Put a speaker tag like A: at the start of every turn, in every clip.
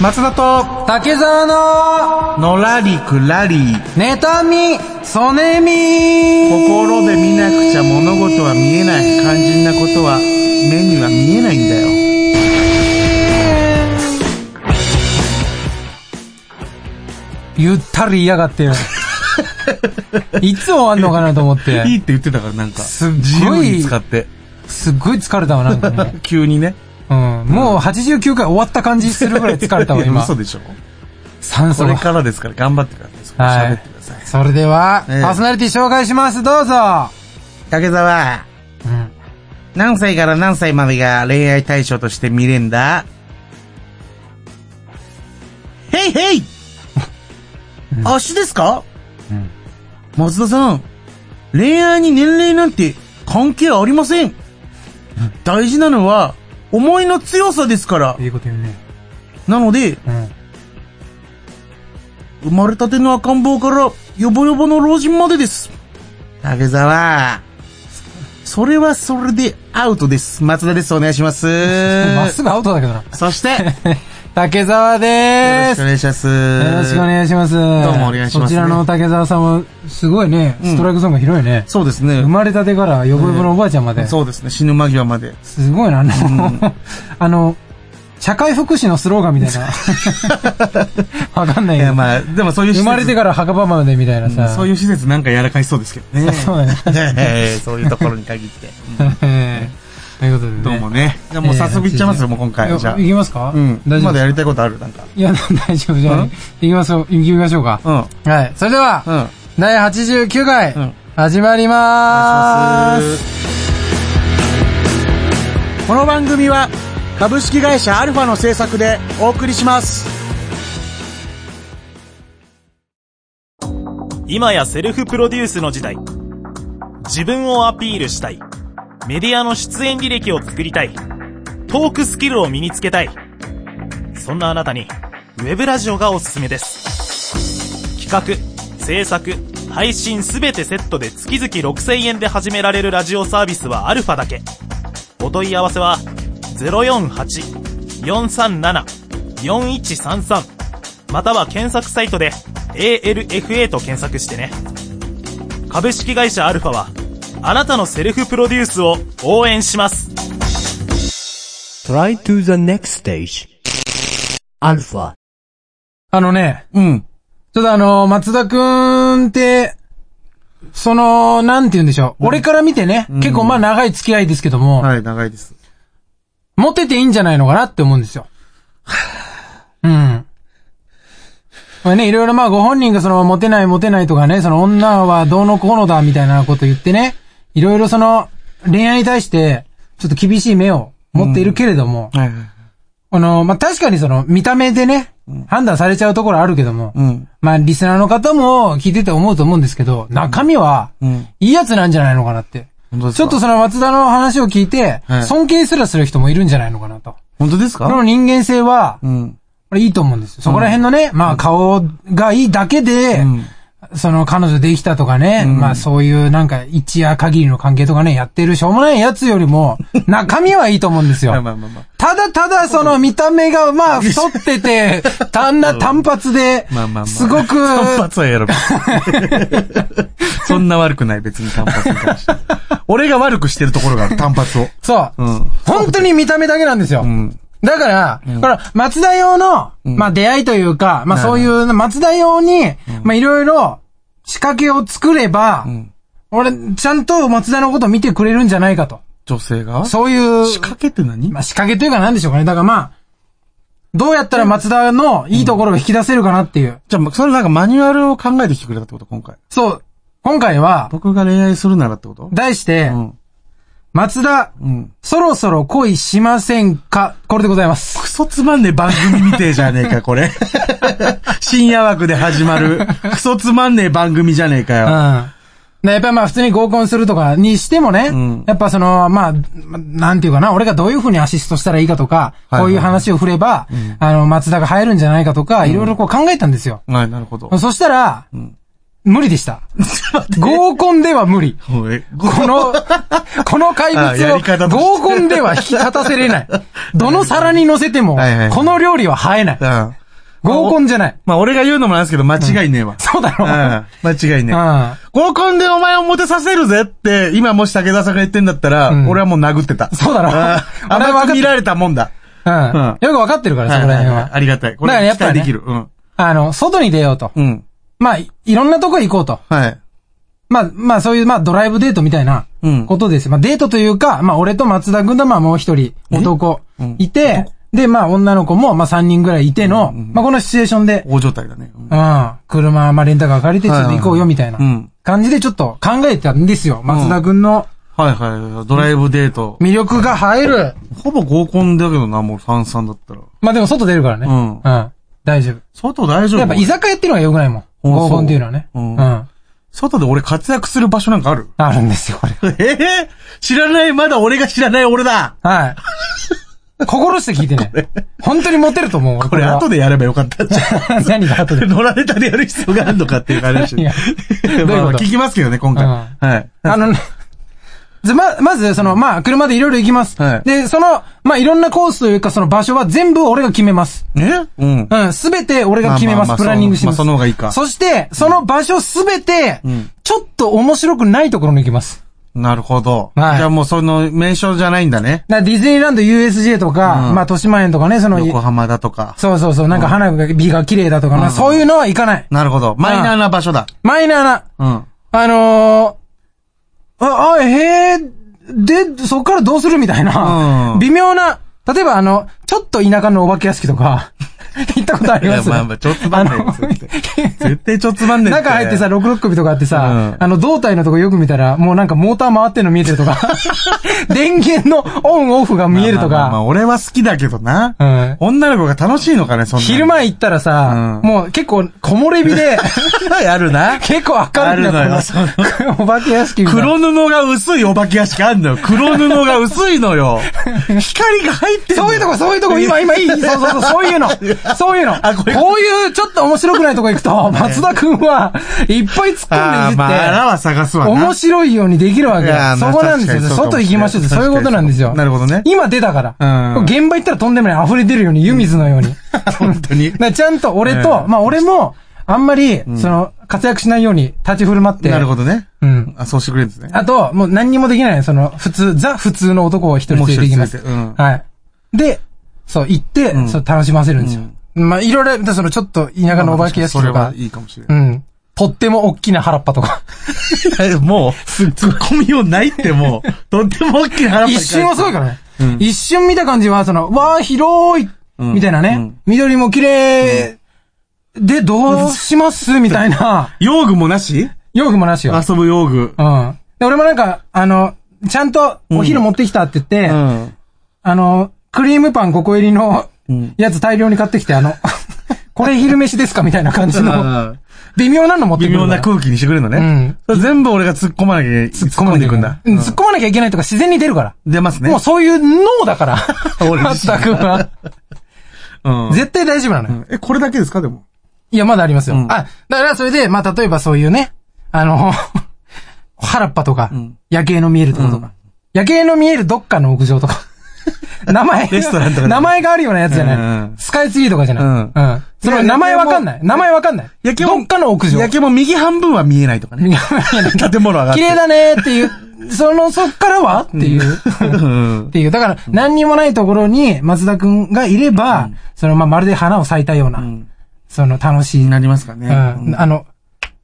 A: 松田と
B: 竹沢の、
A: のらりくらり
B: 妬み、そねみ。
A: 心で見なくちゃ物事は見えない肝心なことは目には見えないんだよ
B: ゆったり言いやがって よ。いつ終わんのかなと思って。
A: いいって言ってたからなんか
B: すっごい
A: 自由に使って
B: すっごい疲れたわ、なんかね。
A: 急にね
B: うん。もう89回終わった感じするぐらい疲れたわ、
A: いや
B: 今。
A: 嘘でしょ
B: 酸素
A: これか
B: が。
A: らですから頑張ってくださ
B: はいい
A: 喋ってください
B: それでは、
A: ええ
B: パーソナリティ紹介します。どうぞ。
A: 竹澤
B: うん。
A: 何歳から何歳までが恋愛対象として見れんだへい へい足ですか
B: うん
A: 松田さん、恋愛に年齢なんて関係ありません。大事なのは、思いの強さですから。
B: いいこと言うね。
A: なので、
B: うん。
A: 生まれたての赤ん坊から、よぼよぼの老人までです。竹 沢。それはそれでアウトです。松田です。お願いし ます。
B: まっすぐアウトだけどな。
A: そして、よろし
B: 竹沢でー
A: く
B: す。
A: お
B: よ
A: 願いします。
B: ろしくお願いします。どう
A: もお願いしますね
B: こちらの竹沢さんは、すごいね、
A: うん
B: ストライクゾーンが広いね。
A: そうです
B: 生
A: ね。
B: まれたてから、よぼよぼのおばあちゃんまで。
A: そうですね。死ぬ間際まで。
B: すごいな、あの、
A: うん
B: あの、社会福祉のスローガンみた いな。わかんない
A: い
B: け
A: や、
B: ど。
A: まあ、でもそういう施
B: 生
A: 設
B: まれてから墓場までみたいなさ。
A: そういう施設なんかやらかし そうですけどね。
B: そうだね
A: ええそういうところに限 って。
B: ええということでね。
A: どうもね。じゃあもう早速いっちゃいますよ、もう今
B: いや
A: 回。じゃあ。
B: いきますか
A: うん。
B: 大丈
A: まだ
B: 夫で
A: や
B: す。
A: りたいことあるなんか。
B: いや、大丈夫じゃ
A: う
B: あ、
A: ん
B: いきますよ、行きましょうか。
A: うん。うん。
B: はい。それでは、
A: お願いし
B: 第89回、
A: うん
B: 始まり
A: ま
B: ま。
A: すす。この番組は、株式会社アルファの制作でお送りします。
C: 今やセルフプロデュースの時代。自分をアピールしたい。メディアの出演履歴を作りたい。トークスキルを身につけたい。そんなあなたに、ウェブラジオがおすすめです。企画、制作、配信すべてセットで月々6000円で始められるラジオサービスはアルファだけ。お問い合わせは、048-437-4133または検索サイトで ALFA と検索してね。株式会社アルファは、あなたのセルフプロデュースを応援します。
D: Try to the next stage. Alpha.
B: あのね、
A: うん。
B: ちょっとあの、松田くんって、その、なんて言うんでしょう。俺から見てね、結構まあ長い付き合いですけども、
A: はい、長いです。
B: モテていいんじゃないのかなって思うんですよ。うん。まあね、いろいろまあご本人がその、モテないモテないとかね、その女はどうのこうのだみたいなこと言ってね、いろいろその、恋愛に対して、ちょっと厳しい目を持っているけれども、
A: はい。
B: あの、まあ確かにその、見た目でね、判断されちゃうところあるけども、
A: うん。
B: まあリスナーの方も聞いてて思うと思うんですけど、中身は、
A: うん。
B: いいやつなんじゃないのかなって。
A: 本当です
B: ち
A: か
B: ょっとその松田の話を聞いて
A: は、い
B: 尊敬すらする人もいるんじゃないのかなと。
A: 本当です
B: この
A: か
B: 人間性は、
A: うん。
B: これいいと思うんですよ。そこら辺のね、まあ顔がいいだけで、
A: うん
B: その彼女できたとかね、まあそういうなんか一夜限りの関係とかね、やってるしょうもないやつよ りも、中身はいいと思うんです
A: まあ
B: よ。
A: まあまあまあ。
B: ただただその見た目がまあ太って て、あんな単発で
A: まあまあまあ、
B: すごく、
A: 単発はやろう。 そんな悪くない、別に単発に関して。俺が悪くしてるところがある、単発を。
B: そうう、
A: ん。
B: 本当に見た目だけなんですよ。
A: うん。
B: だから、これ、松田用の、まあ出会いというか、まあそういう、松田用に、まあいろいろ仕掛けを作れば、俺、ちゃんと松田のこと見てくれるんじゃないかと。
A: 女性が
B: そういう、
A: 仕掛けって何
B: まあ仕掛けというか何でしょうかね。だからまあ、どうやったら松田のいいところを引き出せるかなっていう。
A: じゃあ、それなんかマニュアルを考えてきてくれたってこと今回。
B: そう。今回は、
A: 僕が恋愛するならってこと
B: 題して
A: う、ん。
B: 松田、
A: うん。
B: そろそろ恋しませんかこれでございます。
A: クソつまんねえ番組みてえじゃねえか、こ れ。深夜枠で始まる、クソつまんねえ番組じゃねえか
B: う
A: よ。
B: ん。ねやっぱりまあ普通に合コンするとかにしてもね、
A: ん
B: やっぱその、まあ、まなんていうかな、俺がどういうふうにアシストしたらいいかとか、
A: はいはい
B: こういう話を振れば、あの、松田が入るんじゃないかとか、いろいろこう考えたんですよ。
A: はい、なるほど。
B: そしたら、無理 でした。合コンでは無理。
A: おい
B: この、この怪
A: あやり
B: 物
A: 方
B: を
A: として
B: 合コンでは引き立たせれない。どの皿に乗せても
A: はいはい、
B: この料理は生えない
A: うん。。ま
B: 合コンじゃない。
A: あ俺が言うのもなんですけど、間違いねえわ。
B: そうだ
A: う
B: ろ
A: ん。間違いねえ。
B: うん。
A: 合コンでお前をモテさせるぜって、今もし武田さんが言ってんだったら、
B: ん
A: 俺はもう殴ってた。
B: そうだろ
A: あ
B: 俺は分かっ
A: 甘く見られたもんだ。
B: うん。
A: うん
B: よくわかってるから、そこら辺
A: いいいあ
B: は。
A: りがたい。これ
B: だからやっ
A: 期
B: ぱ
A: 待
B: ね
A: できる。うん。
B: あの、外に出ようと。
A: うん。
B: まあ、いいろんなとこへ行こうと。
A: はい。
B: まあ、まあ、そういう、まあ、ドライブデートみたいな
A: うん
B: ことです。まあ、デートというか、まあ、俺と松田君と、まあ、もう一人、男
A: うん、
B: いて、で、まあ、女の子も、まあ、三人ぐらいいての、まあ、このシチュエーションで、
A: 大状態だね。うん
B: うん、車、まあ、レンタカー借りて、ちょっと行こうよ、みたいな
A: うん
B: 感じで、ちょっと考えてたんですよ。松田君の
A: はいはい。ドライブデート。
B: 魅力が入る。
A: ほぼ合コンだけどな、もう三三だったら。
B: まあ、でも、外出るからね。
A: うん
B: うん。大丈夫。
A: 外大丈夫
B: やっぱ、居酒屋っていうのが良くないもん。
A: うん
B: 合コンっていうのはね。
A: そううん
B: うん。
A: 外で俺活躍する場所なんかあ る
B: あるんですよ、これ。
A: ええ知らない、まだ俺が知らない俺だ
B: はい。心して聞いてね。本当にモテると思う。
A: これ後
B: で。
A: でやればよかったんじゃん。
B: 何 が後で。
A: 乗られたでやる必要があるのかっていう感じ
B: いや
A: でし
B: どういう
A: ょ。
B: こと
A: まあまあ聞きますけどね、今回。
B: うん
A: はい。
B: あのね。ずま、まず、その、まあ、車でいろいろ行きます。
A: はい
B: で、その、まあ、いろんなコースというか、その場所は全部俺が決めます。
A: えうん。
B: うん、すべて俺が決め
A: まあま
B: ます。
A: あまあ
B: プランニングします。
A: そうまあその方がいいか
B: そして、その場所すべて、
A: ん
B: ちょっと面白くないところに行きます。
A: なるほど。
B: はい
A: じゃあもうその名称じゃないんだね。
B: だからディズニーランド USJ とか、
A: うん
B: まあ、豊島園とかね、その、
A: 横浜だとか。
B: そうそうそう、なんか花火が美が綺麗だとか、まあそういうのは行かない。
A: なるほど。マイナーな場所だ。
B: マイナーな、
A: うん。
B: あのー、あ、あ、へえ、で、そっからどうするみたいな、
A: うん
B: 微妙な、例えばあの、ちょっと田舎のお化け屋敷とか、 行ったことありま
A: い
B: す
A: やまあまあちょっとばんねん
B: あの
A: 絶絶対ちょっつまんねえって
B: 中入ってさ、6ロック首とかあってさ、
A: うん
B: あの、胴体のとこよく見たら、もうなんかモーター回ってんの見えてるとか、電源のオンオフが見えると
A: まあまあまあ
B: か、
A: 俺は好きだけどな。
B: うん
A: 女の子が楽しいのかね、そんなの。
B: 昼前行ったらさ、
A: うん
B: もう結構木漏れ日で、
A: やるな。
B: 結構明るいんだ
A: あるの、
B: よ
A: よ
B: この お化け屋敷みたいな。
A: 黒布が薄いお化け屋敷あんのよ。黒布が薄いのよ。 光が入ってんのよ
B: そういうとこ、そういうとこ、今、今いい。そうそうそう、そういうの。そういうの。
A: あこういう
B: こういう、ちょっと面白くないとこ行くと、松田くんは、いっぱい突っ込ん
A: あ
B: でい
A: あ、
B: じ
A: まあ、穴
B: っ
A: は探す
B: て、
A: わな。
B: 面白いようにできるわけ
A: いやー
B: よ。そ
A: まあ
B: こなんですよ。
A: 確かにそうかもしれな
B: 外
A: い
B: 行きましょうって、そういうことなんですよ。
A: なるほどね
B: 今出たから。
A: うん
B: 現場行ったらとんでもない。溢れ出るように、湯水のように。
A: 本当に
B: だ。からちゃんと俺と、まあ俺も、あんまり、その、活躍しないように立ち振る舞って。
A: なるほどね。
B: うん。
A: あ、そうしてくれるんですね。
B: あと、もう何にもできない、その、普通、ザ普通の男を一人連れて行きます。
A: もう一人連れてう
B: はい。で、そう、行って、
A: ん
B: そう、楽しませるんですよ。まあ、いろいろ、その、ちょっと田舎のお化け屋敷
A: それ
B: とか
A: は、いいかもしれ
B: う
A: ない。
B: ん。とっても大きな原っぱとか。
A: いやもう、ツッコミようないってもう、 とっても大きな腹
B: 一瞬はすごいからね。
A: うん
B: 一瞬見た感じは、その、わー、広い、
A: ん
B: みたいなね。
A: うん
B: 緑も綺麗、で、どうしますみたいな。
A: 用具もなし
B: 用具もなしよ。
A: 遊ぶ用具。
B: うん。で、俺もなんか、あの、ちゃんとお昼持ってきたって言って、
A: うん。
B: あの、クリームパン5個入りの
A: ん
B: やつ大量に買ってきて、 あの、これ昼飯ですかみたいな感じの、微妙なの持って
A: 微
B: くる
A: 妙
B: の
A: な
B: ね。
A: 空気にしてくれるのね。それ全部俺が突っ込まなきゃ、突っ込んでいくんだ。
B: うん突っ込まなきゃいけないとか自然に出るから。
A: 出ますね。
B: もうそういう脳だから。
A: 俺
B: 松
A: 自身
B: 田君は。
A: うん
B: 絶対大丈夫なのよ。
A: え、これだけですかでも。
B: いや、まだありますよ。
A: うん
B: あ、だからそれで、まあ、例えばそういうね、あの、 原っぱとか、夜景の見えるところとか、夜景の見えるどっかの屋上と か、名前が、
A: レストランとかね
B: 名前があるようなやつじゃない。
A: うんうん
B: スカイツリーとかじゃない。
A: う
B: うんん。その名前わかんない。名前わかんない。
A: 夜景も
B: どっかの屋上。
A: 夜景も右半分は見えないとかね。 建物上がって。
B: 綺麗だねーっていう、その、そっからはっていう。
A: うん
B: っ。ていう。だから、何にもないところに松田くんがいれば、その、まあ、まるで花を咲いたような、その、楽しい
A: になりますかね。
B: うんあの、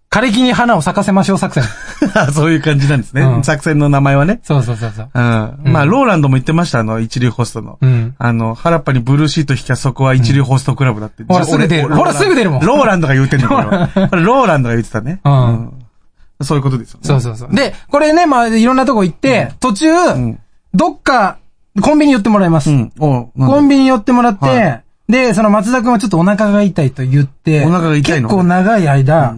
B: 枯れ木に花を咲かせましょう作戦。
A: うん そういう感じなんですね。
B: うん
A: 作戦の名前はね。
B: そうそうそうそう。
A: うん。まあ、ローランドも言ってました、あの、一流ホストの。
B: うん
A: あの、原っぱにブルーシート引きゃそこは一流ホストクラブだって。
B: ほらすぐ出る
A: 俺
B: ほらすぐ出るもん
A: ローランドが言ってんだから。これローランドが言ってたね。
B: うん
A: うんそういうことですよね。
B: そうそうそう。で、これね、まあ、いろんなとこ行って、途中、
A: ん
B: どっか、コンビニ寄ってもらいます。
A: うん。おなんだ
B: コンビニ寄ってもらって、
A: は
B: で、その松田くんはちょっとお腹が痛いと言って、
A: お腹が痛いの
B: 結構長い間、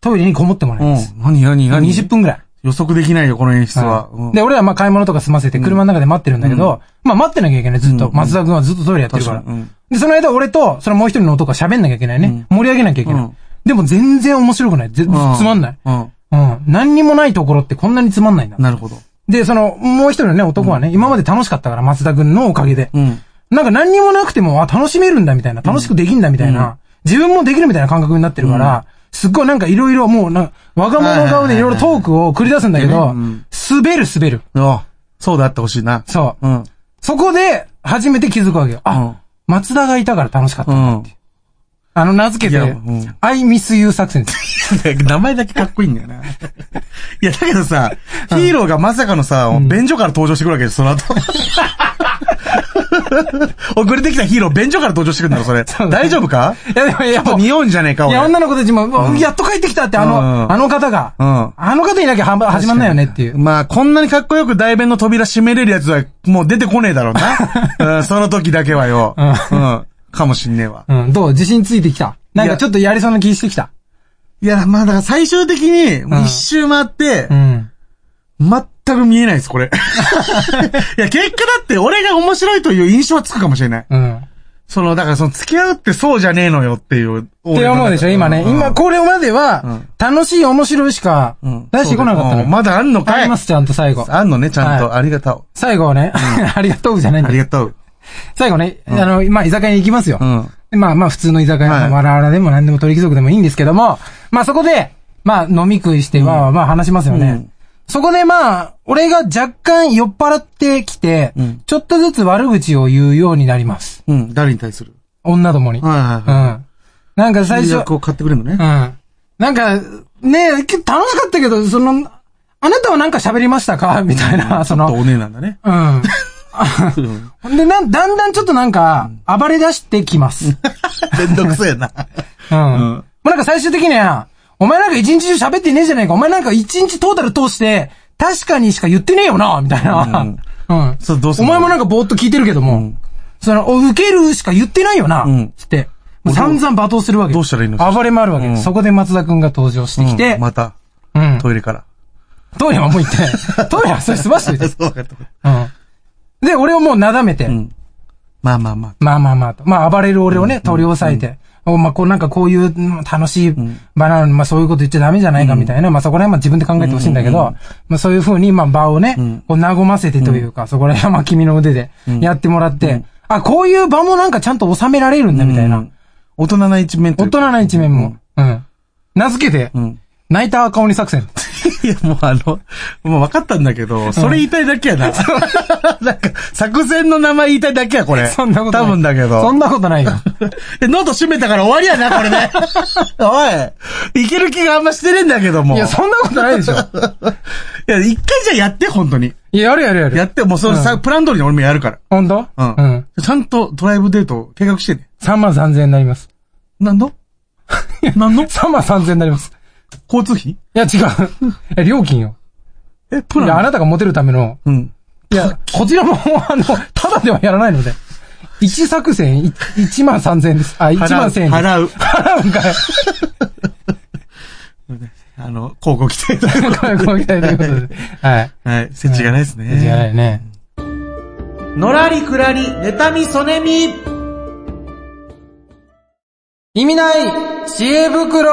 B: トイレにこもってもらいます。
A: うん。何何何
B: 20分ぐらい。
A: 予測できないよ、この演出は。うん
B: で、俺らまあ買い物とか済ませて車の中で待ってるんだけど、まあ待ってなきゃいけない、ずっと。松田君はずっとトイレやってるから
A: 確かにうん。
B: で、その間俺と、そのもう一人の男は喋んなきゃいけないね。盛り上げなきゃいけな
A: う
B: い
A: ん。
B: でも全然面白くない。ぜつ
A: う
B: まんない。
A: うん。
B: うん。何にもないところってこんなにつまんないんだ。
A: なるほど。
B: で、その、もう一人のね、男はね、今まで楽しかったから、松田くんのおかげで。
A: うん。
B: なんか何にもなくても、あ、楽しめるんだみたいな、楽しくできんだみたいな、自分もできるみたいな感覚になってるから、すっごいなんかいろいろもう、なんか、若者の顔でいろいろトークを繰り出すんだけ
A: はい
B: ど
A: はいはいはいうん、
B: 滑る滑る。
A: あそうであってほしいな。
B: そう
A: う。ん。
B: そこで、初めて気づくわけよ。
A: う
B: あ
A: ん、
B: 松田がいたから楽しかっ
A: う
B: た。
A: ん。
B: あの、名付け
A: いや
B: て
A: うん、
B: I miss you 作戦 です。
A: 名前だけかっこいいんだ よな。いや、だけどさ、ヒーローがまさかのさ、便所から登場してくるわけです、その 後。遅れてきたヒーロー、便所から登場してくるんだろ、それ。
B: うだね
A: 大丈夫か
B: いや、でも、い
A: ちょ
B: や
A: っと
B: い
A: 匂うんじゃねえか、俺。
B: や、女の子たちも、うわやっと帰ってきたって、あ
A: うん
B: の、あの方が。
A: うん
B: あの方いなきゃは始まんないよねっていう。
A: まあ、こんなにかっこよく大便の扉閉めれるやつは、もう出てこねえだろう な。うん、その時だけはよ。
B: うん
A: うん。かもしんねえわ。
B: うん、どう自信ついてきた。なんかちょっとやりそうな気してきた。
A: いや、まあ、だから最終的に、一周回って
B: う、ん。
A: 全く見えないです、こ れ。いや、結果だって俺が面白いという印象はつくかもしれない。
B: うん。
A: その、だからその付き合うってそうじゃねえのよっていう。って
B: って思うでしょ、今ね。今、これまで
A: う
B: は
A: ん、
B: 楽しい、面白いしか
A: うん、
B: 出してこなかった
A: う
B: の。
A: んまだあんの
B: あ
A: かい
B: ります、ちゃんと最後。
A: あんのね、ちゃんと。
B: は
A: ありがと
B: 最後はね、 ありがとうじゃないん
A: う。あ
B: だ
A: り
B: よ
A: がとう。
B: 最後ね、あの、まあ、居酒屋に行きますよ
A: う。ん。
B: でまあまあ、普通の居酒屋、
A: はい
B: わらわらでも何でも鳥貴族でもいいんですけども、まあそこで、まあ飲み食いして、わーわーまあ話しますよね。
A: うん
B: そこでまあ、俺が若干酔っ払ってきて、
A: うん
B: ちょっとずつ悪口を言うようになります。
A: うん、誰に対する
B: 女どもに。
A: はいは
B: う
A: いはい。
B: ん。なんか最
A: 最
B: 初、
A: 初。を買ってくれるのね
B: う。ん。なんか、ねえ、き楽しかったけど、その、あなたはなんか喋りましたかみたいな、そ
A: ちょっと
B: の、
A: お姉なんだね。
B: うん。
A: うん。
B: で、なん、だんだんちょっとなんか、暴れ出してきます。
A: めんどくせえな。
B: うん。
A: うん
B: もうなんか最終的には、お前なんか一日中喋ってねえじゃねえか。お前なんか一日トータル通して、確かにしか言ってねえよな、みたいな。うん。
A: そうどうす
B: お
A: んの
B: 前もなんかぼーっと聞いてるけども、その、お受けるしか言ってないよな、
A: うん
B: つって。もう散々罵倒するわけ。
A: どうしたらいいの
B: 暴れ回るわけ、
A: うん
B: そこで松田くんが登場してきて、
A: うんまた、
B: うん。
A: トイレから。
B: トイレはもう 行って、トイレはそれ済ましてて。
A: そうかと。
B: うん。で、俺をもうなだめて、
A: んまあまあまあ。
B: まあまあまあと、まあ暴れる俺をね、取り押さえて、おまあこうなんかこういううん楽しい場なのに、まあそういうこと言っちゃダメじゃないかみたいな、まあそこら辺は自分で考えてほしいんだけど、まあそういうふうに、まあ場をね、こう和ませてというか、そこら辺はまあ君の腕でやってもらって、あ、こういう場もなんかちゃんと収められるんだみたいな。
A: 大人な一面とい
B: 大
A: うか
B: 人な一面も。うん。名付けて
A: ん、
B: 泣いた赤鬼作戦。
A: いや、もうあの、もう分かったんだけど、それ言いたいだけや な。 なんか、作戦の名前言いたいだけや、これ。
B: そんなことない。
A: 多分だけど。
B: そんなこと ないよ。
A: で、ノート閉めたから終わりやな、これ ね。おい、いける気があんましてねえんだけども。
B: いや、そんなことないでし ょ。
A: いや、一回じゃあやって、本当に。
B: いや、やるやるやる。
A: やって、もうそのさ、プラン通りに俺もやるか
B: ほんと
A: ら。
B: うん。
A: ちゃんとドライブデートを計画してね。
B: 3万3000円になります。
A: なん のなんの
B: 3万3000円になります。
A: 交通費
B: いや、違う。 え、料金よ。
A: え、プ
B: いや、
A: ラ
B: あ
A: ン
B: なたがモテるための、
A: うん。
B: いや、こちらも、あの、ただではやらないので。一作戦、い一万三千円です。あ、一万千円です。
A: 払う。
B: 払うんかい。
A: あの、広告来て。
B: これ、これ、ということで。はい。
A: はい、設置がないですね。
B: じゃないね。
A: のらりくらり、妬みそねみ。
B: 意味ない知恵袋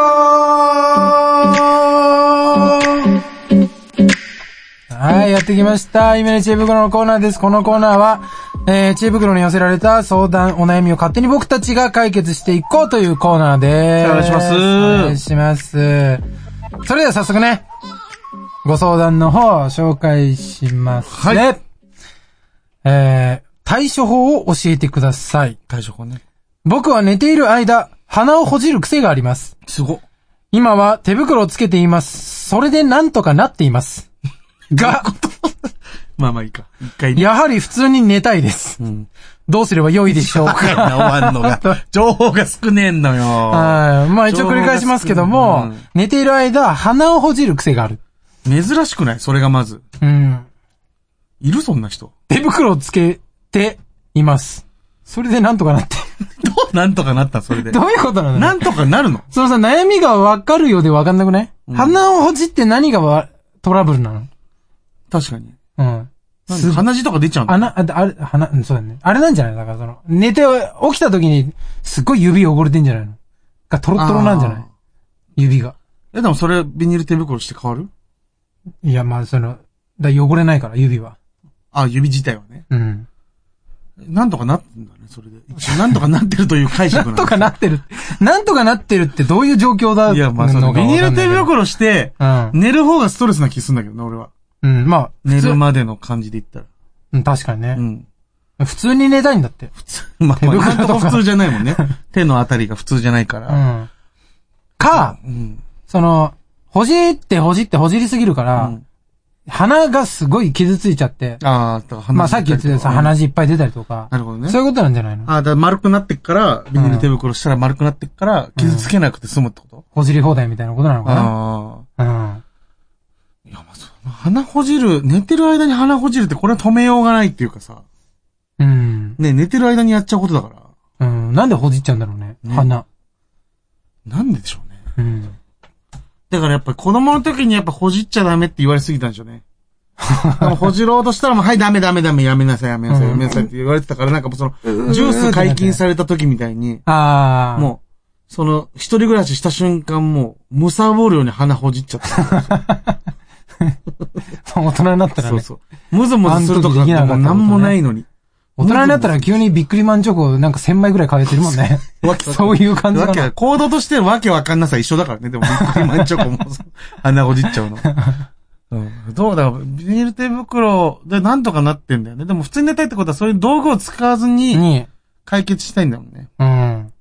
B: はい、やってきました。意味ない知恵袋のコーナーです。このコーナーは、えー、知恵袋に寄せられた相談、お悩みを勝手に僕たちが解決していこうというコーナーです。
A: お願いします
B: お願いします。それでは早速ね、ご相談の方を紹介しますね。
A: はい
B: えー、対処法を教えてください。
A: 対処法ね。
B: 僕は寝ている間、鼻をほじる癖があります。
A: すご。
B: 今は手袋をつけています。それでなんとかなっています。が、
A: まあまあいいか。一回ね。
B: やはり普通に寝たいです。
A: ん
B: どうすれば良いでしょう
A: わか
B: か。
A: んない終わんのが。情報が少ねえのよ。
B: はい。 まあ一応繰り返しますけども、
A: うん
B: 寝ている間、鼻をほじる癖がある。
A: 珍しくないそれがまず。
B: うん。
A: いるそんな人。
B: 手袋をつけています。それでなんとかなって。
A: どうなんとかなったそれで。
B: どういうことなの
A: なんとかなるの
B: そのさ、悩みがわかるようでわかんなくない、鼻をほじって何がわトラブルなの
A: 確かに。
B: うん。
A: なんで鼻血とか出ちゃうの
B: 穴、あ、あれ、鼻、うんそうだね。あれなんじゃないだからその、寝て、起きた時に、すっごい指汚れてんじゃないのがトロットロなんじゃない指が。
A: え、でもそれ、ビニール手袋して変わる
B: いや、まあ、その、だ汚れないから、指は。
A: あ、指自体はね。
B: うん。
A: なんとかなってんだね、それで。一応なんとかなってるという解釈
B: な
A: なん
B: ん
A: だ
B: とかなってる。なんとかなってるってどういう状況だ
A: いや、まあそ
B: の
A: の、
B: か
A: ビニール手
B: わか
A: 袋して、
B: んないけど
A: 寝る方がストレスな気すんだけどな、俺は。
B: うん。うん、まあ、普
A: 寝
B: 通
A: るまでの感じで言ったら。
B: うん、確かにね
A: う、ん。
B: 普通に寝たいんだって。
A: 普通、 まあ、
B: 手
A: まあ、
B: 袋
A: 今んとこと
B: か
A: 普通じゃないもんね。 手のあたりが普通じゃないか
B: う
A: ら。
B: ん。か、
A: うん。
B: その、ほじってほじってほじりすぎるから、
A: うん
B: 鼻がすごい傷ついちゃって、
A: ああ、だから鼻
B: まあさっき言ってたさ、鼻
A: うん
B: 血いっぱい出たりとか、
A: なるほどね。
B: そういうことなんじゃないの
A: ああ、だから丸くなってっから、ビニール手袋したら丸くなってっから、傷つけなくて済むってこと、
B: ほじり放題みたいなことなのか
A: ああ。
B: なうん。
A: いや、まあ、その鼻ほじる、寝てる間に鼻ほじるってこれは止めようがないっていうかさ、
B: うん。
A: ね、寝てる間にやっちゃうことだから、
B: うん。なんでほじっちゃうんだろうね。
A: ね
B: 鼻。
A: なんででしょうね。
B: うん。
A: だからやっぱり子供の時にやっぱほじっちゃダメって言われすぎたんでしょう ね。でもほじろうとしたらもう、はい、ダメダメダメ、やめなさい、やめなさい、やめなさいって言われてたから、なんかもうその、ジュース解禁された時みたいに、
B: ああ。
A: もう、その、一人暮らしした瞬間もう、むさぼるように鼻ほじっちゃった。
B: 大人になった ら
A: そう
B: ね。
A: そう。むずむずするとかってもうなんもないのに。
B: 大人になったら急にビックリマンチョコをなんか1000枚ぐらい買えてるもんね。
A: わけわかん
B: そういう感じ
A: わ
B: だ
A: け
B: な
A: は、行動としてわけわかんなさ一緒だからね。でも、ビックリマンチョコも、鼻ほじっちゃう の。うん、どうだろうビニール手袋でなんとかなってんだよね。でも普通に寝たいってことはそういう道具を使わずに
B: に、
A: 解決したいんだもんね。
B: うん。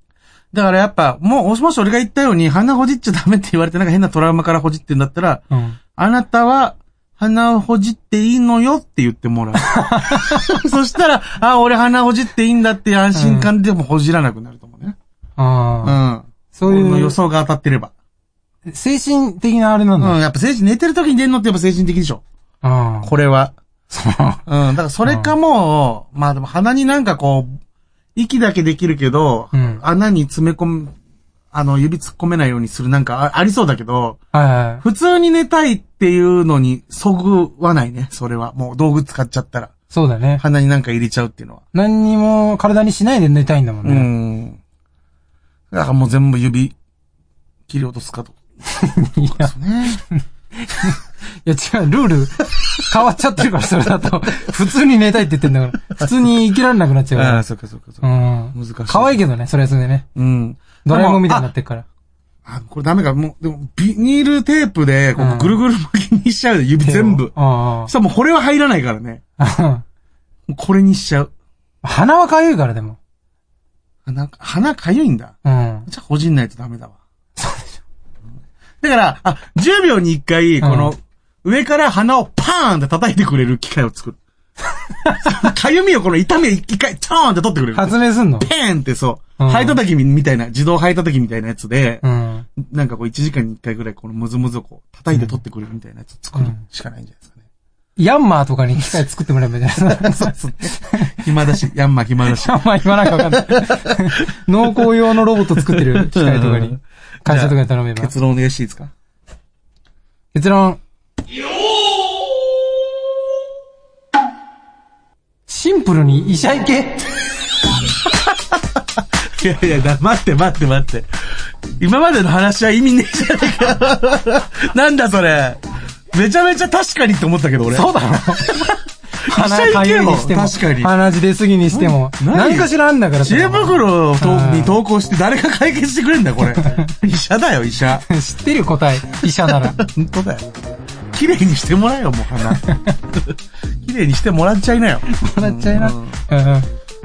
A: だからやっぱ、もう、もしもし俺が言ったように鼻ほじっちゃダメって言われてなんか変なトラウマからほじってんだったら、
B: うん。
A: あなたは鼻をほじっていいのよって言ってもら う。そしたら、あ、俺鼻ほじっていいんだっていう安心感でもほじらなくなると思うね。
B: あ
A: う
B: あ。
A: ん。
B: そう
A: 俺の
B: い
A: 予
B: う、
A: 想が当たってれば。
B: 精神的なあれなんだ。
A: う
B: あ
A: ん、やっぱ精神、寝てる時に出るのってやっぱ精神的でしょ。
B: あ。
A: これは。
B: そ
A: う
B: う。
A: ん、だからそれかもう、まあでも鼻になんかこう、息だけできるけど、
B: うん
A: 穴に詰め込む、あの、指突っ込めないようにするなんかあありそうだけど、
B: はいはい。
A: 普通に寝たいっていうのにそぐわないね、それは。もう道具使っちゃったら。
B: そうだね。
A: 鼻になんか入れちゃうっていうのは。
B: 何にも体にしないで寝たいんだもん
A: う
B: ね。
A: ん。だからもう全部指、切り落とすかと。
B: いや、
A: ね。
B: いや違う、ル ール変わっちゃってるから、それだと。普通に寝たいって言ってんだから。普通に生きられなくなっちゃう
A: ああ、
B: か
A: そっかそっかそっ
B: ら。
A: か。
B: うん。
A: 難しい
B: 可愛いけどね、それはそれでね。
A: うん。
B: ドラえもんみたいに
A: で
B: なってるから。
A: あ、これダメか。もう、でも、ビニールテープで、こ
B: うん
A: う、ぐるぐる巻きにしちゃうよ、指全部。
B: あ
A: そしたらもうこれは入らないからね。
B: あ。
A: もうこれにしちゃう。
B: 鼻は痒いから、でも。
A: 鼻、鼻かゆいんだ。
B: うん。
A: じゃあ、ほじんないとダメだわ。そうでしょ。だから、あ、10秒に1回、この、上から鼻をパーンって叩いてくれる機械を作る。 かゆみをこの痛みを一回、チョーンって取ってくれる。
B: 発明すんの
A: ペーンってそう、
B: うん
A: ハイ叩きみたいな、自動ハイ叩きみたいなやつで、
B: うん。
A: なんかこう1時間に1回ぐらいこのムズムズをこう叩いて取ってくれるみたいなやつ作る
B: うん
A: しかないんじゃないですかね。
B: ヤンマーとかに機械作ってもらえばいいんじゃないですか。
A: 暇 だし、ヤンマ暇だし。
B: あんま言わなきゃわか んない。農耕用のロボット作ってる機械とかに、会社とかに頼めば。
A: 結論お願いしていいですか
B: 結論。シンプルに医者行け
A: いやいや、だ待って待って待って。今までの話は意味ねえじゃねえか。なんだそれ。めちゃめちゃ確かにって思ったけど俺。
B: そうだろ鼻かゆいにしても。
A: 確かに
B: 鼻血出すぎにしても。
A: な何
B: 何かしらあんだから。
A: 知恵袋をと
B: うん
A: に投稿して誰か解決してくれんだよ これ。医者だよ医者。
B: 知ってる答え。医者なら。
A: 本当だよ。綺麗にしてもらえよもう 鼻。綺麗にしてもらっちゃいなよ。
B: 笑っちゃいな。
A: う
B: うんん。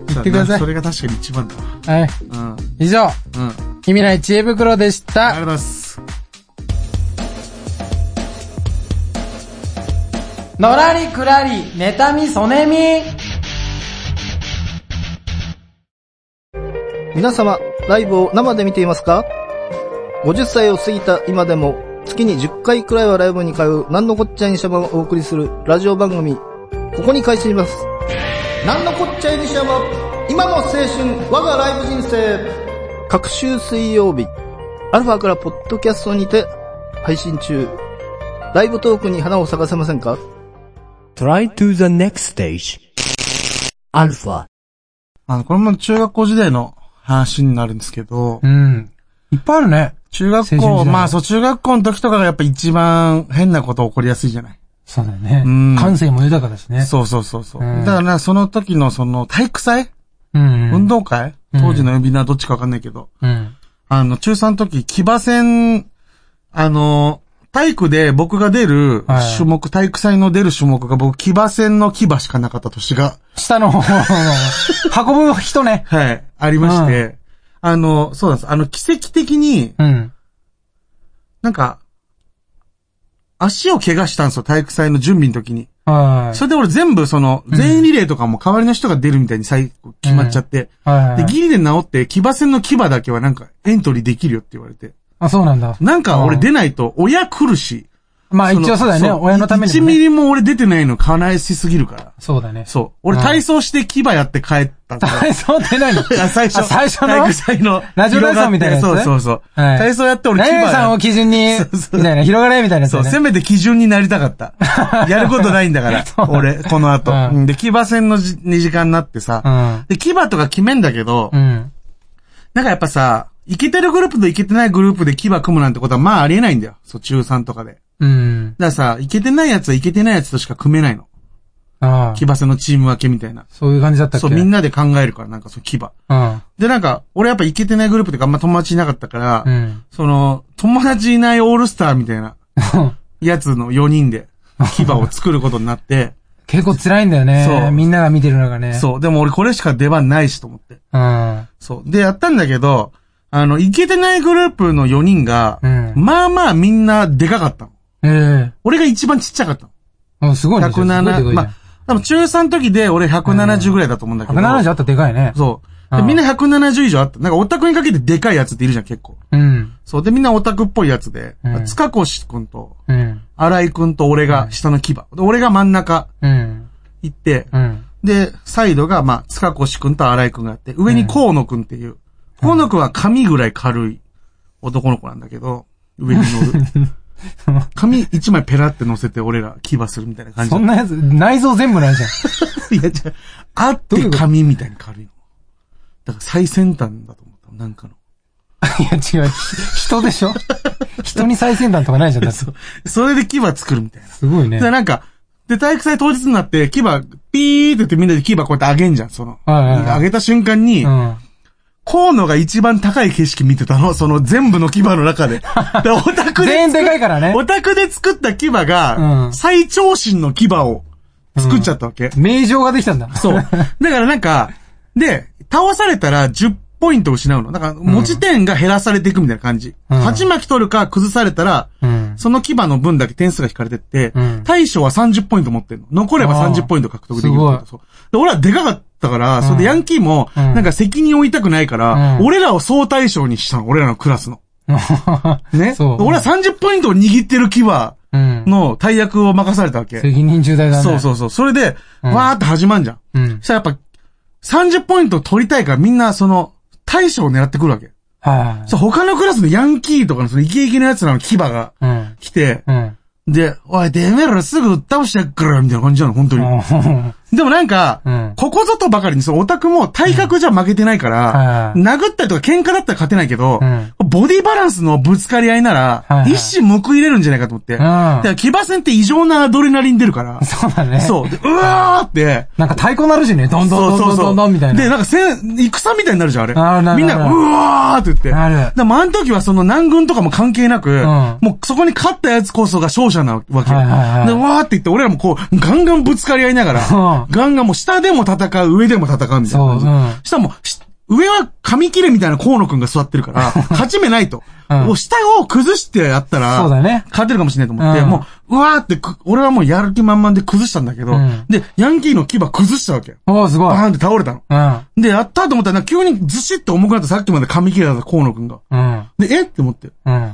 B: 言ってくださ
A: そ
B: い。
A: れが確かに一番だわ。
B: はい。
A: うん。うん。あり
B: 以上、
A: がとう
B: 君未来知恵袋でした
A: ござ。います。
B: のらりくらり、妬み、そねみ。
E: 皆様、ライブを生で見ていますか ?50 歳を過ぎた今でも、月に10回くらいはライブに通う、なんのこっちゃいにしゃばをお送りするラジオ番組、ここに開始します。なんのこっちゃいにしゃば、今の青春、我がライブ人生。各週水曜日、アルファからポッドキャストにて配信中。ライブトークに花を咲かせませんか
D: Try to the next stage. Alpha.
A: あの、これも中学校時代の話になるんですけど
B: う、ん。いっぱいあるね。
A: 中学
B: 青春時
A: 校、
B: 代
A: まあそう、中学校の時とかがやっぱ一番変なこと起こりやすいじゃない。
B: そうだよね
A: うん。
B: 感性も豊かだしね。
A: そうそうそうそう。
B: うん
A: だからな、その時のその体育祭、
B: う。うん。
A: 運動会
B: うん
A: 当時の呼び名どっちかわかんないけど。
B: うん。
A: あの、中3の時、騎馬戦、あの、体育で僕が出る
B: はい
A: 種目、体育祭の出る種目が僕、騎馬戦の騎馬しかなかった年が、
B: 下の方、 運ぶ人ね。
A: はい、ありまして、あの、そうなんです。あの、奇跡的に、
B: うん。
A: なんか、足を怪我したんですよ、体育祭の準備の時に。
B: はい
A: そ。れで俺全部その、全員リレーとかも代わりの人が出るみたいに最後決まっちゃって、
B: はい
A: で、。ギリで治って、騎馬戦の騎馬だけはなんかエントリーできるよって言われて。
B: あ、そうなんだ。
A: なんか俺出ないと親来るし。
B: まあ
A: その
B: 一応そうだよね。親のために
A: 1
B: もね。
A: ミリも俺出てないの悲しすぎるから。
B: そうだね。
A: そう。俺体操して牙やって帰ったから。
B: 体操って 何
A: あ最初。
B: あ最初の
A: 体育祭の。
B: ラジオ体操みたいなやつ
A: そうそうそう。
B: はい
A: 体操やって俺牙
B: 何々
A: や
B: さんを基準に、
A: そうそう
B: みたいな、広がれみたいなやつ
A: そ
B: だ
A: う、
B: ね。
A: せめて基準になりたかった。 やることないんだから
B: そう、だ
A: 俺、この後。
B: うん
A: うんで、牙戦のじ2時間になってさ、
B: うん。
A: で、牙とか決めんだけど、
B: うん。
A: なんかやっぱさ、イケてるグループとイケてないグループで牙組むなんてことはまあありえないんだよ。そう、中3とかで。だか
B: うん。
A: らさ、イケてないやつはイケてないやつとしか組めないの。
B: ああ。
A: 騎馬戦のチーム分けみたいな。
B: そういう感じだったっけ
A: そう、みんなで考えるから、なんかそう、牙。
B: な。
A: で、なんか、俺やっぱイケてないグループとかあんま友達いなかったから、
B: うん。うん。
A: その、友達いないオールスターみたいなやつの4人で、牙を作ることにな って、
B: 結構辛いんだよね。
A: そう
B: みんなが見てる中ね。う。
A: そう。でも俺これしか出番ないしと思って。
B: うん。
A: そう。で、やったんだけど、あの、イケてないグループの4人が、
B: うん
A: まあまあみんなでかかったの。
B: ええ
A: 俺が一番ちっちゃかったの。
B: うんすごいね。すご
A: 107、
B: いでかいじゃ
A: ま
B: ん
A: あ、多分中3の時で俺170ぐらいだと思うんだけど。
B: 170あったらでかいね。
A: そう。で、
B: うん
A: みんな170以上あった。なんかオタクにかけてでかいやつっているじゃん、結構。
B: うん。
A: そう。で、みんなオタクっぽいやつで、
B: うん
A: 塚越くんと、
B: うん。
A: 荒井くんと俺が下の牙。で俺が真ん中
B: うん。
A: 行って、
B: うん。
A: で、サイドが、まあ、塚越くんと荒井くんがあって、上に河野くんっていう。河野くんは髪ぐらい軽い男の子なんだけど、上に 乗る。髪一枚ペラって乗せて俺ら牙するみたいな感じ。
B: そんなやつ、内臓全部ないじゃん。
A: いや、じゃあ、あって髪みたいに軽いの。だから最先端だと思った。なんかの。
B: いや、違う。人でしょ人に最先端とかないじゃん。だってす
A: それで牙作るみたいな。
B: ごいね。
A: で、なんか、で、体育祭当日になって、牙、ピーって言ってみんなで牙こうやってあげんじゃん、その。
B: はいはいはい
A: あげた瞬間に、
B: うん。
A: 河野が一番高い景色見てたの、その全部の牙の中 で。で、オタク
B: 全
A: で
B: 員、でかいからね。
A: オタクで作った牙
B: う
A: が、
B: ん
A: 最長身の牙を作っちゃったわけ。
B: 名城ができたんだ。
A: そう。だからなんか、で、倒されたら10ポイント失うの。だから、持ち点が減らされていくみたいな感じ。
B: うん
A: 鉢巻き取るか崩されたら、
B: うん。
A: その牙の分だけ点数が引かれてって、
B: うん
A: 対象は30ポイント持ってるの。残れば
B: あー
A: 30ポイント獲得できる
B: すごい
A: そうで、俺はでかかったから、それでヤンキーも、
B: うん
A: なんか責任を負いたくないから、
B: うん
A: 俺らを総対象にしたの。俺らのクラスの。ね。
B: そう。
A: 俺は30ポイントを握ってる牙
B: うん。
A: の大役を任されたわけ。
B: 責任重大だね。
A: そうそうそう。それで、
B: うん
A: わーって始まんじゃん。
B: う。うん
A: そ。したらやっぱ、30ポイント取りたいからみんなその、対象を狙ってくるわけ。
B: はい。
A: そう、他のクラスのヤンキーとかのそのイケイケのやつらの牙が
B: うん。
A: 来て、
B: うん。
A: で、おい、てめえらすぐ倒してやっから、みたいな感じなの、本当に。でもなんか、
B: うん
A: ここぞとばかりに、そのオタクも体格じゃ負けてないから、
B: うん
A: 殴ったりとか喧嘩だったら勝てないけど、
B: うん
A: ボディバランスのぶつかり合いなら、
B: はいはい
A: 一矢報いれるんじゃないかと思って。だから、騎馬戦って異常なアドレナリン出るから、
B: そうだね。
A: そう、でうわーって、
B: なんか太鼓鳴るしね。どんどんどんどんどんどんみたいな。
A: で、なんかせん、戦みたいになるじゃん、あれ。
B: あーなる
A: みんな、
B: な
A: う
B: る
A: わーって言って。
B: なる
A: だからもうあの時はその南軍とかも関係なく、
B: ん
A: もうそこに勝ったやつこそが勝者なわけよ。
B: はいはいはい
A: で、わーって言って、俺らもこう、ガンガンぶつかり合いな がら、
B: うん
A: ガンガンもう下でも戦う、上でも戦うみたいな感じ。
B: そううん
A: したらもう、し上は紙切れみたいな河野くんが座ってる から、勝ち目ないと。
B: うん
A: もう下を崩してやったら、
B: そうだね
A: 勝てるかもしれないと思って、
B: うん
A: もう、うわーってく、俺はもうやる気満々で崩したんだけど、
B: うん
A: で、ヤンキーの牙崩したわけ。
B: おー、すごい。
A: バーンって倒れたの。
B: うん。
A: で、やったと思ったら、なんか急にずしって重くなってさっきまで髪切れだった河野くんが。
B: うん。
A: で、えって思って。
B: うん。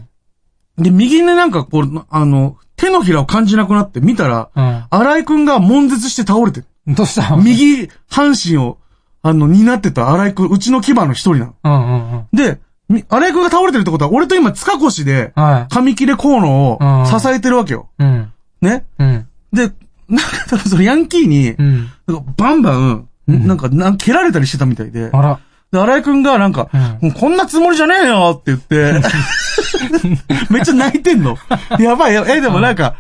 A: で、右になんかこう、あの、手のひらを感じなくなって見たら、
B: うん
A: 荒井くんが悶絶して倒れてる、
B: どうした
A: 右半身を、あの、担ってた荒井くん、うちの牙の一人なの。
B: うんうんうん。
A: で、み荒井くんが倒れてるってことは、俺と今、塚越で、
B: は
A: 髪切れ河野を
B: うん
A: 支えてるわけよ。
B: い。うん。
A: ね
B: うん。
A: で、なんか多分そのヤンキーに
B: う、ん。
A: なんかバンバン、なんか、なん蹴られたりしてたみたいで。
B: あら。
A: で、荒井くんがなんか、
B: う
A: もうこんなつもりじゃねえよって言 って、めっちゃ泣いてんの。やばいやばい、え、でもなんか、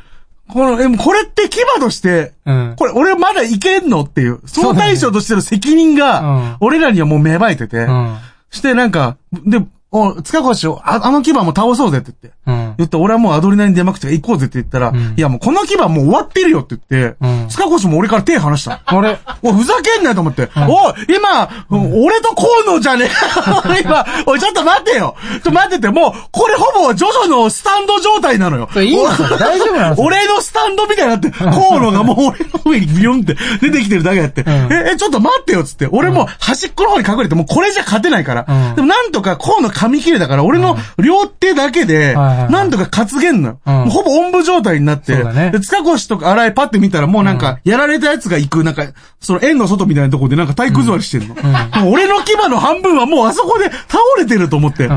A: この、え、もうこれって牙として、
B: うん
A: これ俺まだいけんのっていう、総大将としての責任
B: うん
A: が、俺らにはもう芽生えてて、
B: うん。して、
A: なんか、で、お、塚越を、ああの牙も倒そうぜって言って。
B: うん。
A: 言って、俺はもうアドレナリン出まくって行こうぜって言ったら、
B: ん
A: いやもうこの牙もう終わってるよって言って、
B: うん
A: 塚越も俺から手離 した。
B: あれ
A: おい、ふざけんなよと思って。おい、今、俺と河野じゃね え。今、おい、ちょっと待ってよ。ちょっと待ってて、もう、これほぼジョジョのスタンド状態なのよ。
B: それいいのそれ大丈夫なのそれ
A: 俺のスタンドみたいになって、河野がもう俺の上にビヨンって出てきてるだけやって、え、え、ちょっと待ってよっつって、俺もう端っこの方に隠れて、もうこれじゃ勝てないから。
B: うん
A: でもなんとか河野噛み切れたから、俺の両手だけで、
B: はいはいはい
A: なんとか担げんのよ。
B: うん
A: もうほぼおんぶ状態になって、
B: そうだね
A: で塚越とか荒井パって見たらもうなんか、やられたやつが行く、なんか、その円の外みたいなとこでなんか体育座りしてるの。もう俺の牙の半分はもうあそこで倒れてると思って。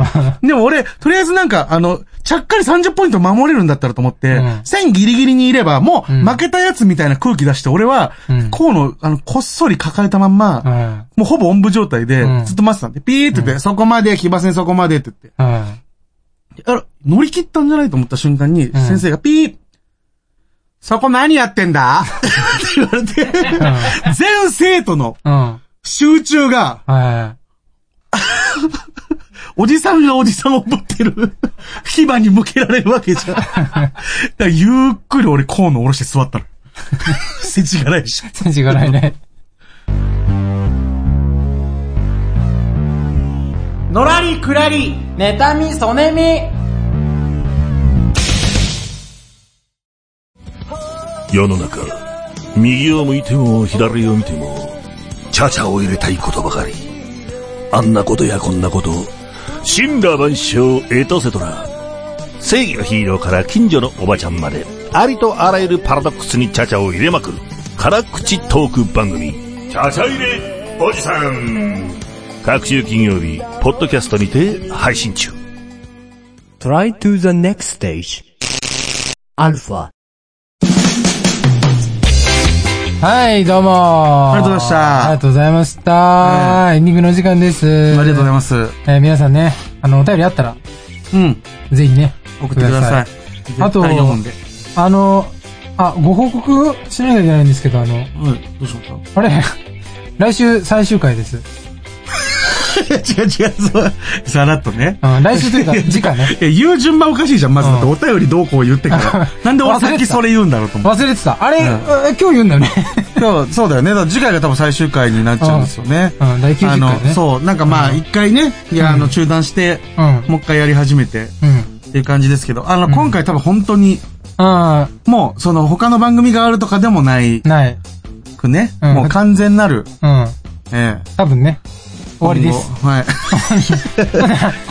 A: でも俺、とりあえずなんか、あの、ちゃっかり30ポイント守れるんだったらと思って、
B: うん
A: 線ギリギリにいれば、もう負けたやつみたいな空気出して、俺は
B: うん、
A: こうの、あの、こっそり抱えたまんま、
B: うん。
A: もうほぼおんぶ状態で
B: うん、
A: ずっと待ってたんで、ピーって言って、そこまで、騎馬戦そこまでって言って。
B: うん。
A: あら、乗り切ったんじゃないと思った瞬間に、先生がピーそこ何やってんだって言われて、全生徒の
B: うん。
A: 集中が、
B: は
A: おじさんがおじさんを持ってる牙に向けられるわけ じゃん。だからゆっくり俺コーンの下ろして座 ったの。せちがないし。
B: い。筋がないね。
A: のらりくらり。
B: 妬み、そねみ。
F: 世の中、右を向いても左を見ても、チャチャを入れたいことばかり。あんなことやこんなこと、死んだ万象、エトセトラ。正義のヒーローから近所のおばちゃんまで、ありとあらゆるパラドックスにチャチャを入れまくる、辛口トーク番組、チャチャ入れおじさん。各週金曜日、ポッドキャストにて配信中。
D: Try to the next stage. Alpha.
B: はい、どうも。
A: ありがとうございました
B: ありがとうございました。エンディングの時間です。
A: ありがとうござい
B: ま
A: ます。
B: す。えー皆さんね、あの、お便りあったら、
A: うん。
B: ぜひね、
A: 送ってください。。
B: あと
A: 絶対読むんで。
B: あの、あ、ご報告しなきゃいけないんですけど、あの、
A: うん。どうしました
B: あれ来週最終回です。
A: 違う違う、そう。さらっとね。
B: うん、来週というか、次回ね。
A: いや、言う順番おかしいじゃん、まず。だって
B: うん
A: お便りどうこう言って から。なんで俺
B: 忘れ
A: 先
B: てた
A: それ言うんだろうと思って。
B: 忘れてた。あれ、
A: うん
B: あ今日言うんだよね。
A: そう、そうだよね。だから次回が多分最終回になっちゃうんですよね。
B: うん、第90
A: あ
B: 回ね
A: の。、そう、なんかまあ、一回ね、いや、あの、中断して、
B: う。うん。
A: もう一回やり始めて、
B: うん。
A: っていう感じですけど、あの、今回多分本当に、
B: あ
A: もう、その、他の番組があるとかでもない
B: あ、ない。
A: くね、
B: うん
A: もう完全なる、
B: うん。
A: ええ。
B: 多分ね。終わりです。
A: 今後。はい。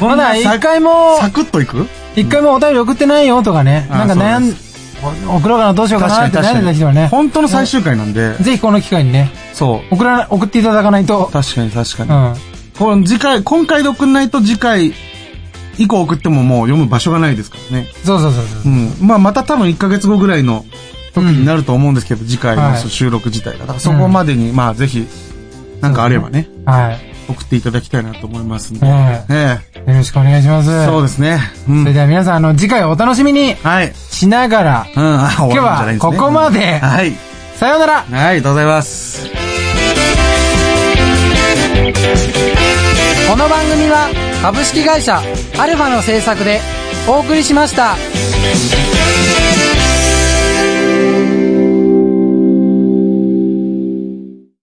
B: まだ
A: さ
B: 一回も、
A: サクッといく
B: 一回もお便り送ってないよとかね。
A: あ
B: なんか悩ん、送ろうかな、どうしようかなって悩んでた人はね。
A: 本当の最終回なんで、
B: ぜひこの機会にね、
A: そ。
B: 送らな、送っていただかないうと。
A: 確かに確かに
B: う。ん。
A: この次回、今回で送んないと次回以降送ってももう読む場所がないですからね。
B: そうそうそうそう
A: う。ん。まあまた多分1ヶ月後ぐらいの時になると思うんですけど、次回
B: は
A: の
B: い
A: そう収録自体が。だからそこまでに、まあぜひ、なんかあればね、
B: はい。
A: 送っていただきたいなと思いますんで。
B: ね
A: え
B: よろしくお願いします。
A: え。そうですね。う
B: それ
A: ん。
B: では皆さん、あの、次回お楽しみに
A: はい。
B: しながら、
A: うん。あ終
B: 今
A: わるん
B: 日
A: じゃない
B: は
A: ですね
B: ここまで、
A: はい。
B: さようなら
A: はい、ありがとうございます。
B: この番組は株式会社アルファの制作でお送りしました。